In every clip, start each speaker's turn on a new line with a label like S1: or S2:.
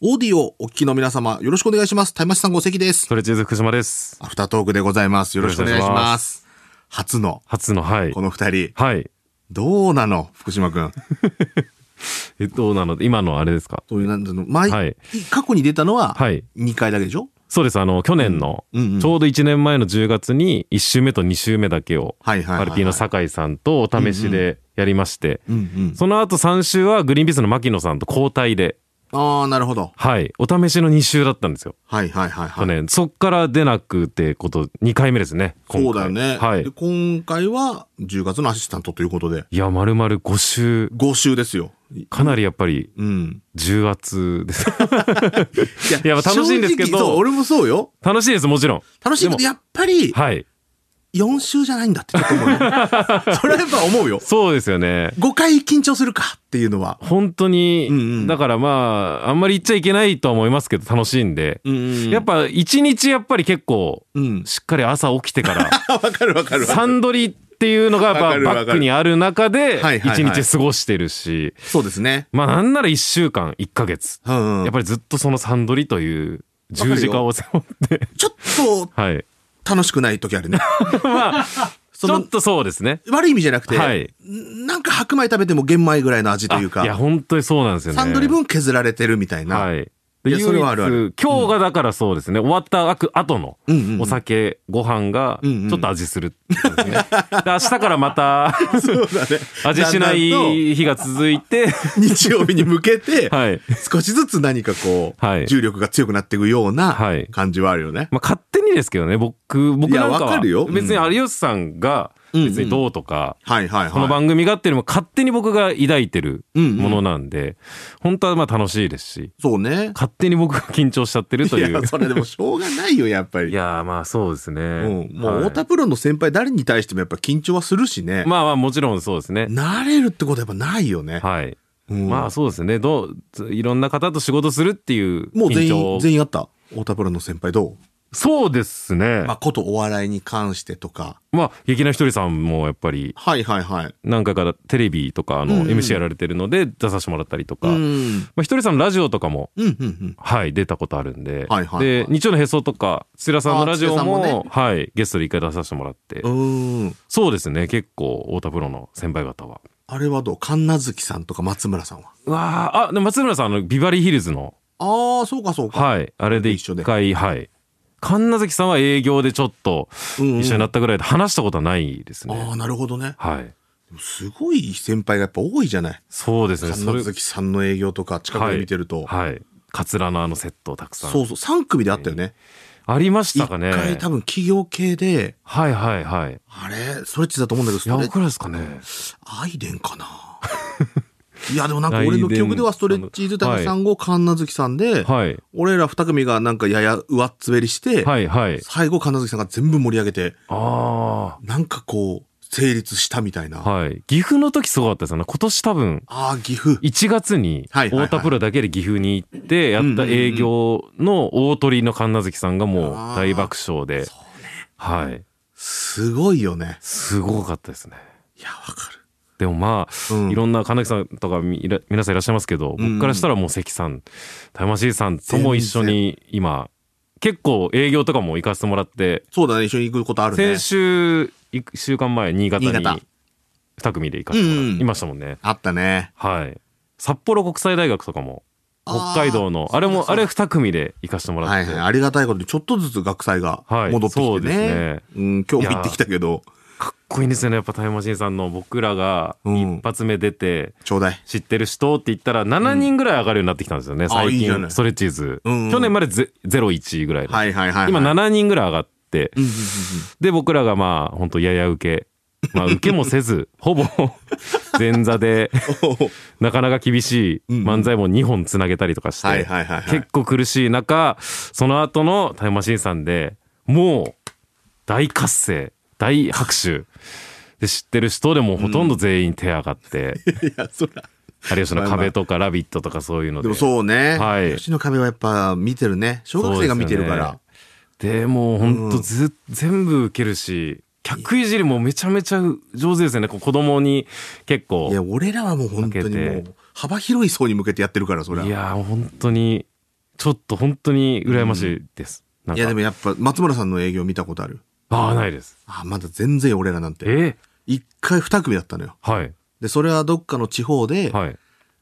S1: オーディオをお聞きの皆様、よろしくお願いします。タイマシさんご席です。
S2: ストレッチーズ福島です。
S1: アフタートークでございます。よろしくお願いし
S2: よろしくお願いし
S1: ま。
S2: ます
S1: 初の、
S2: 初の、はい
S1: こ。の二人、
S2: はい。
S1: どうなの福島くん。
S2: え、どうなの今のあれですか
S1: そういう、なんていうの、前、
S2: はい
S1: 過去に出たのは、
S2: はい。
S1: 2回だけでしょ
S2: そうです。あの、去年の、
S1: うんうんうん
S2: ちょうど1年前の10月に、1週目と2週目だけを、
S1: はいはいはいはい
S2: RP の酒井さんとお試しでやりまして、
S1: うんうん。
S2: その後3週はグリーンピースの牧野さんと交代で、
S1: ああ、なるほど。
S2: はい。お試しの2週だったんですよ。
S1: はいはいはいは
S2: 去
S1: い。
S2: 年。そっから出なくてこと、2回目ですね。今回
S1: そうだよね。
S2: はい
S1: で。今回は、10月のアシスタントということで、
S2: いや、まるまる5週、
S1: 5週ですよ。
S2: かなりやっぱり、
S1: うん。
S2: 重圧です。
S1: い
S2: いや楽しいんですけど
S1: 正直そう俺もそうよ。
S2: 楽しいです、もちろん。
S1: 楽しいけど、
S2: でも
S1: やっぱり、
S2: はい。
S1: 4週じゃないんだってちょっと思う よ。それはやっぱ思うよ。
S2: そうですよね。
S1: 5回緊張するかっていうのは。
S2: 本当に、
S1: うんうん
S2: だからまあ、あんまり言っちゃいけないとは思いますけど、楽しいんで。や
S1: や
S2: っ
S1: ぱ、
S2: ぱ、一日やっぱり結構、
S1: うん。
S2: しっかり朝起きて から、
S1: あ、 わかるわかるわ
S2: サ
S1: かる。
S2: ンドリっていうのがやっ
S1: わか
S2: ぱ
S1: るわか
S2: バ
S1: る
S2: ックにある中で、
S1: はいはいはい
S2: 一日過ごしてるし、
S1: そうですね。
S2: まあなんなら一週間、一ヶ月。
S1: うんうん。
S2: やっぱりずっとそのサンドリという十字架を背負って、
S1: ちょっ
S2: はい。
S1: と楽しくない時あるね。
S2: まあ、
S1: そ
S2: ち
S1: の
S2: ょっとそうですね。
S1: 悪い意味じゃなくて、
S2: はい
S1: なんか白米食べても玄米ぐらいの味という
S2: あいや、
S1: か、
S2: 本当にそうなんですよね。
S1: サンドリ分削られてるみたいな。
S2: はい。
S1: いや
S2: 唯一
S1: それはあるある
S2: 今日がだからそうですね、終わったあく後の
S1: うんうんうん
S2: お酒、ご飯が
S1: うんうん
S2: ちょっと味するってことですね。で明日からま た
S1: そうだね。
S2: 味しない
S1: だんだんと
S2: 日が続いて、
S1: 日曜日に向けて、
S2: はい。
S1: 少しずつ何かこう、
S2: はい
S1: 重力が強くなっていくような
S2: はい
S1: 感じはあるよね。
S2: まあ勝手にですけどね、僕、僕な
S1: いや
S2: んか
S1: わか
S2: は
S1: るよ
S2: 別に有吉さんが
S1: うん
S2: 別にどうとか、
S1: はいはいはい。
S2: この番組がっていうのも勝手に僕が抱いてるものなんで、本当はまあ楽しいですし、
S1: そうね。
S2: 勝手に僕が緊張しちゃってると
S1: い
S2: いう
S1: や、。それでもしょうがないよ、やっぱり。
S2: いやーまあそうですね。
S1: うん、もう
S2: はい
S1: 太田プロの先輩誰に対してもやっぱ緊張はするしね、
S2: まあまあもちろんそうですね。
S1: 慣れるってことはやっぱないよね、
S2: はい。
S1: うん
S2: まあそうですね。どうつ、いろんな方と仕事するっていう
S1: もう全
S2: 緊
S1: 員
S2: 張。
S1: 全員あった太田プロの先輩ど
S2: そうですね。
S1: う、まあ、
S2: ま
S1: ことお笑いに関してとか
S2: あ、劇団ひとりさんもやっぱり、
S1: はいはいはい
S2: 何回かテレビとか、あ
S1: うん
S2: の、
S1: うん
S2: MC やられてるので出させてもらったりと
S1: う
S2: か、
S1: んう
S2: ま
S1: ん
S2: あ、ひとりさんのラジオとかも、
S1: うんうん
S2: はい、出たことあるんで、
S1: はいはいはい
S2: で、日曜のへそとか、土田さんのラジオ
S1: あ
S2: も、
S1: 土田さんもね
S2: はい、ゲストで一回出させてもらって、
S1: うん
S2: そうですね、結構、太田プロの先輩方は。
S1: あれはどう神奈月さんとか松村さんは
S2: うわあ、あ、でも松村さん、あの、ビバリーヒルズの、
S1: ああそうかそうか、
S2: はい、あれで
S1: 一緒で
S2: 一回、はい。神奈月さんは営業でちょっと、
S1: うんうん
S2: 一緒になったぐらいで話したことはないですね。
S1: ああなるほどね
S2: はい。
S1: すごい先輩がやっぱ多いじゃない
S2: そうですね。
S1: 神
S2: それ
S1: 奈月さんの営業とか近くで見てると、
S2: はい。はいカツラのあのセットをたくさん。
S1: そうそう3組であったよね
S2: ありまし
S1: 一
S2: たかね。
S1: 回多分企業系で
S2: はいはいはい。い
S1: あれストレッチだと思うんだけど、ス
S2: や、
S1: トレ
S2: い
S1: ッ
S2: くらですかね。
S1: アイデンかな いや、でもなんか俺の記憶ではストレッチーズ谷さんを神奈月さんで、
S2: はい。
S1: 俺ら二組がなんかやや上っ滑りして、
S2: はいはい。
S1: 最後神奈月さんが全部盛り上げて、
S2: あ
S1: なんかこう、成立したみたいな。
S2: あ。はい。岐阜の時すごかったですよね。今年多分、
S1: ああ、岐阜。
S2: 1月に、
S1: はいはいはい
S2: 太田プロだけで岐阜に行って、やった営業の大鳥の神奈月さんがもう大爆笑で、
S1: そうね。
S2: はい。
S1: すごいよね。
S2: すごかったですね。
S1: いや、わかる。
S2: でもまあ、
S1: うん
S2: いろんな神崎さんとかみいら皆さんいらっしゃいますけど、
S1: うん
S2: 僕からしたらもう関さん、タイマシーさんとも一緒に今、結構営業とかも行かせてもらって、
S1: そうだね、一緒に行くことあるね
S2: 先。週、1週間前、新潟
S1: 新潟
S2: に2組で行かせてもらって、
S1: うんうん
S2: いましたもんね。
S1: あったね。
S2: はい。札幌国際大学とかも、
S1: あー
S2: 北海道の、あれも、あれ2組で行かせてもら
S1: は
S2: っ
S1: い
S2: て、
S1: はい。ありがたいことに、ちょっとずつ学祭が
S2: はい
S1: 戻って
S2: そ
S1: き
S2: う
S1: て
S2: です
S1: ね
S2: ね。
S1: うん、今日も行ってきたけど、
S2: かっこいいんですよね、やっぱタイマシーさんの僕らが
S1: うん
S2: 一発目出て、
S1: ちょうだい。
S2: 知ってる人って言ったら7人ぐらい上がるようになってきたんですよね、最
S1: いいじ
S2: 近
S1: ゃない
S2: ストレッチーズ、
S1: うんうん
S2: 去年までゼ01ぐらいで、
S1: はいはいはいはい。
S2: 今7人 ぐらい上がって
S1: うんうんうんうん
S2: で僕らがまあ本当やや受けまあ受けもせず ほぼ前座でなかなか厳しい
S1: うんうん
S2: 漫才も2本つなげたりとかして、
S1: はいはいはいはい
S2: 結構苦しい中その後のタイムマシーンさんでもう大活性大拍手で知ってる人でもほとんど全員手上がって。
S1: いや、そら。
S2: 有吉の壁とか「ラビット!」とかそういうので
S1: でもそうね。
S2: はい
S1: 吉野壁はやっぱ見てるね。小学生が見てるから。
S2: でもうほんとず、全部受けるし客いじりもめちゃめちゃ上手ですよねこう子供に結構
S1: いや、俺らはもう本当にも
S2: かけ
S1: う、幅広い層に向けてやってるから、そりゃ。
S2: いや本当にちょっと本当に羨ましいです。なん
S1: い
S2: か
S1: やでもやっぱ松村さんの営業見たことある
S2: ああ、ないです。
S1: あまだ全然俺らなんて
S2: え
S1: 一回二組だったのよ
S2: はい。
S1: でそれはどっかの地方で、
S2: はい。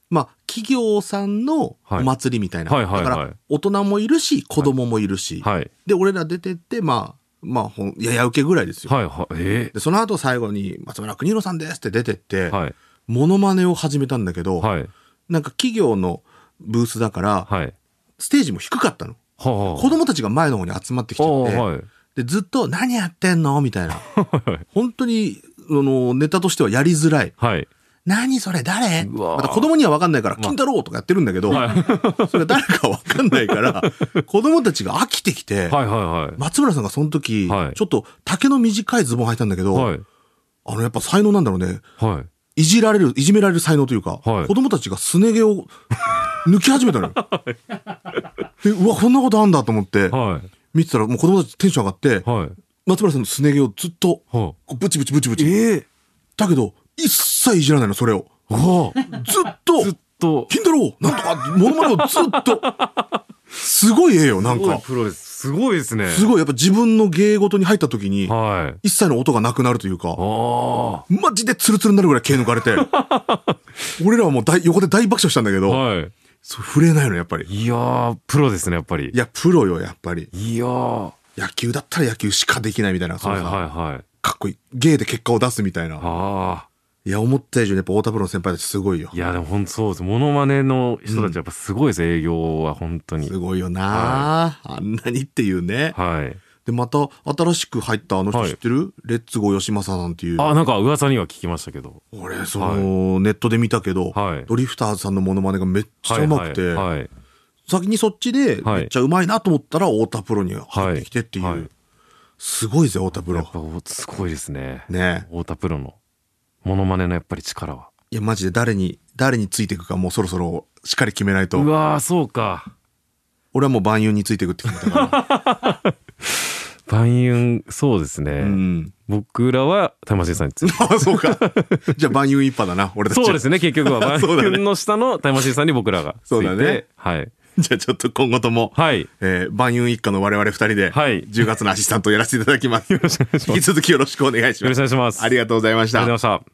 S1: まあ企業さんのお祭りみたいな、
S2: はいはいはい
S1: だ
S2: は
S1: か
S2: い
S1: ら大人もいるし子供もいるし、
S2: はい。
S1: で俺ら出てってまあまあほんやや受けぐらいですよ、
S2: はい。はい。え
S1: でその後最後に「松村邦弘さんです」って出てって、
S2: はい。
S1: モノマネを始めたんだけど、
S2: はい。
S1: なんか企業のブースだから、
S2: はい。
S1: ステージも低かったの。
S2: はあ。
S1: 子供たちが前の方に集まってきち
S2: はあ
S1: ゃって、
S2: はい。
S1: でずっと「何やってんの?」み たいな本当にそのネタとしてはやりづらい
S2: はい。
S1: 「何それ誰?」
S2: うわー
S1: また子供には分かんないから「金太郎」とかやってるんだけど、 それは誰か分かんないから 子供たちが飽きてきて、
S2: はい。は
S1: 松村さんがその時、
S2: はい
S1: ちょっと丈の短いズボン履いたんだけ
S2: い。
S1: ど、
S2: はい。
S1: あのやっぱ才能なんだろうね
S2: はい。
S1: いじられるいじめられる才能というか、
S2: はい
S1: 子供たちがすね毛を抜き始めたのよ。でうわこんなことあんだと思って
S2: は
S1: 見てたらもう子供たちテンション上がって
S2: い。はい。
S1: 松村さんのすね毛をずっと
S2: は
S1: こうブチブチブチブ
S2: い。
S1: チ
S2: え
S1: だけど一切いじらないのそれを
S2: え。はあ。
S1: ずっと
S2: ずっと
S1: 「金太郎なんとか」モノマネをずっとすごいええよなん
S2: すごい
S1: か
S2: プロです。すごいですね。
S1: すごいやっぱ自分の芸事に入った時に
S2: はい。
S1: 一切の音がなくなるというか
S2: あ
S1: マジでツルツルになるぐらい毛抜かれ て俺らはもう大横で大爆笑したんだけ
S2: あ。
S1: ど、
S2: は
S1: そう触れないのやっぱり
S2: い。いやー、プロですね、やっぱり
S1: い。やプロよやっぱり
S2: いやー。は
S1: 野球だったら野球しかできないみたいな、
S2: い
S1: そ
S2: は
S1: の
S2: い
S1: さ
S2: はい。
S1: かっこいい芸で結果を出すみたいな
S2: ああ。
S1: いや思った以上にやっぱ太田プロの先輩たちすごいよ
S2: いや、でも本当そうです。モノマネの人たちやっぱすごいです、営業は本当に
S1: す。ごいよな、あんなにっていうね
S2: はい。
S1: でまた新しく入ったあの人
S2: はい
S1: 知ってる、レッツゴー吉政さんっていう
S2: あ、なんか噂には聞きましたけど。
S1: 俺その、ネットで見たけど、
S2: はい
S1: ドリフターズさんのモノマネがめっちゃ
S2: はいう
S1: まくて、
S2: はい。はい
S1: 先にそっちで
S2: はい
S1: めっちゃうまいなと思ったら太田プロに入ってきてっていう、
S2: はいはい
S1: すごいぜ太田プ
S2: や
S1: ロ
S2: っぱおすごいですね。
S1: ね
S2: 太田プロのモノマネのやっぱり力は。
S1: いやマジで誰に誰についていくかもうそろそろしっかり決めないと
S2: うわー、そうか。
S1: 俺はもう万有についていくって決めた か
S2: 万有、そうですね。
S1: らうん
S2: 僕らは、魂さんについて。
S1: あそうかじゃあ万有一派だな俺たちは
S2: そうですね、結局は。万
S1: そうだね
S2: 有の下の魂さんに僕らがついて。
S1: そうだね
S2: はい。
S1: じゃあちょっと今後とも、
S2: はい。
S1: えー万有一家の我々二人で、
S2: はい
S1: 10月のアシスタントをやらせていただきます引き続きよろしくお願いし
S2: よ
S1: ま
S2: ろしくお
S1: す
S2: 願いします。
S1: ありがとうございまし
S2: あ
S1: た
S2: りがとうございました。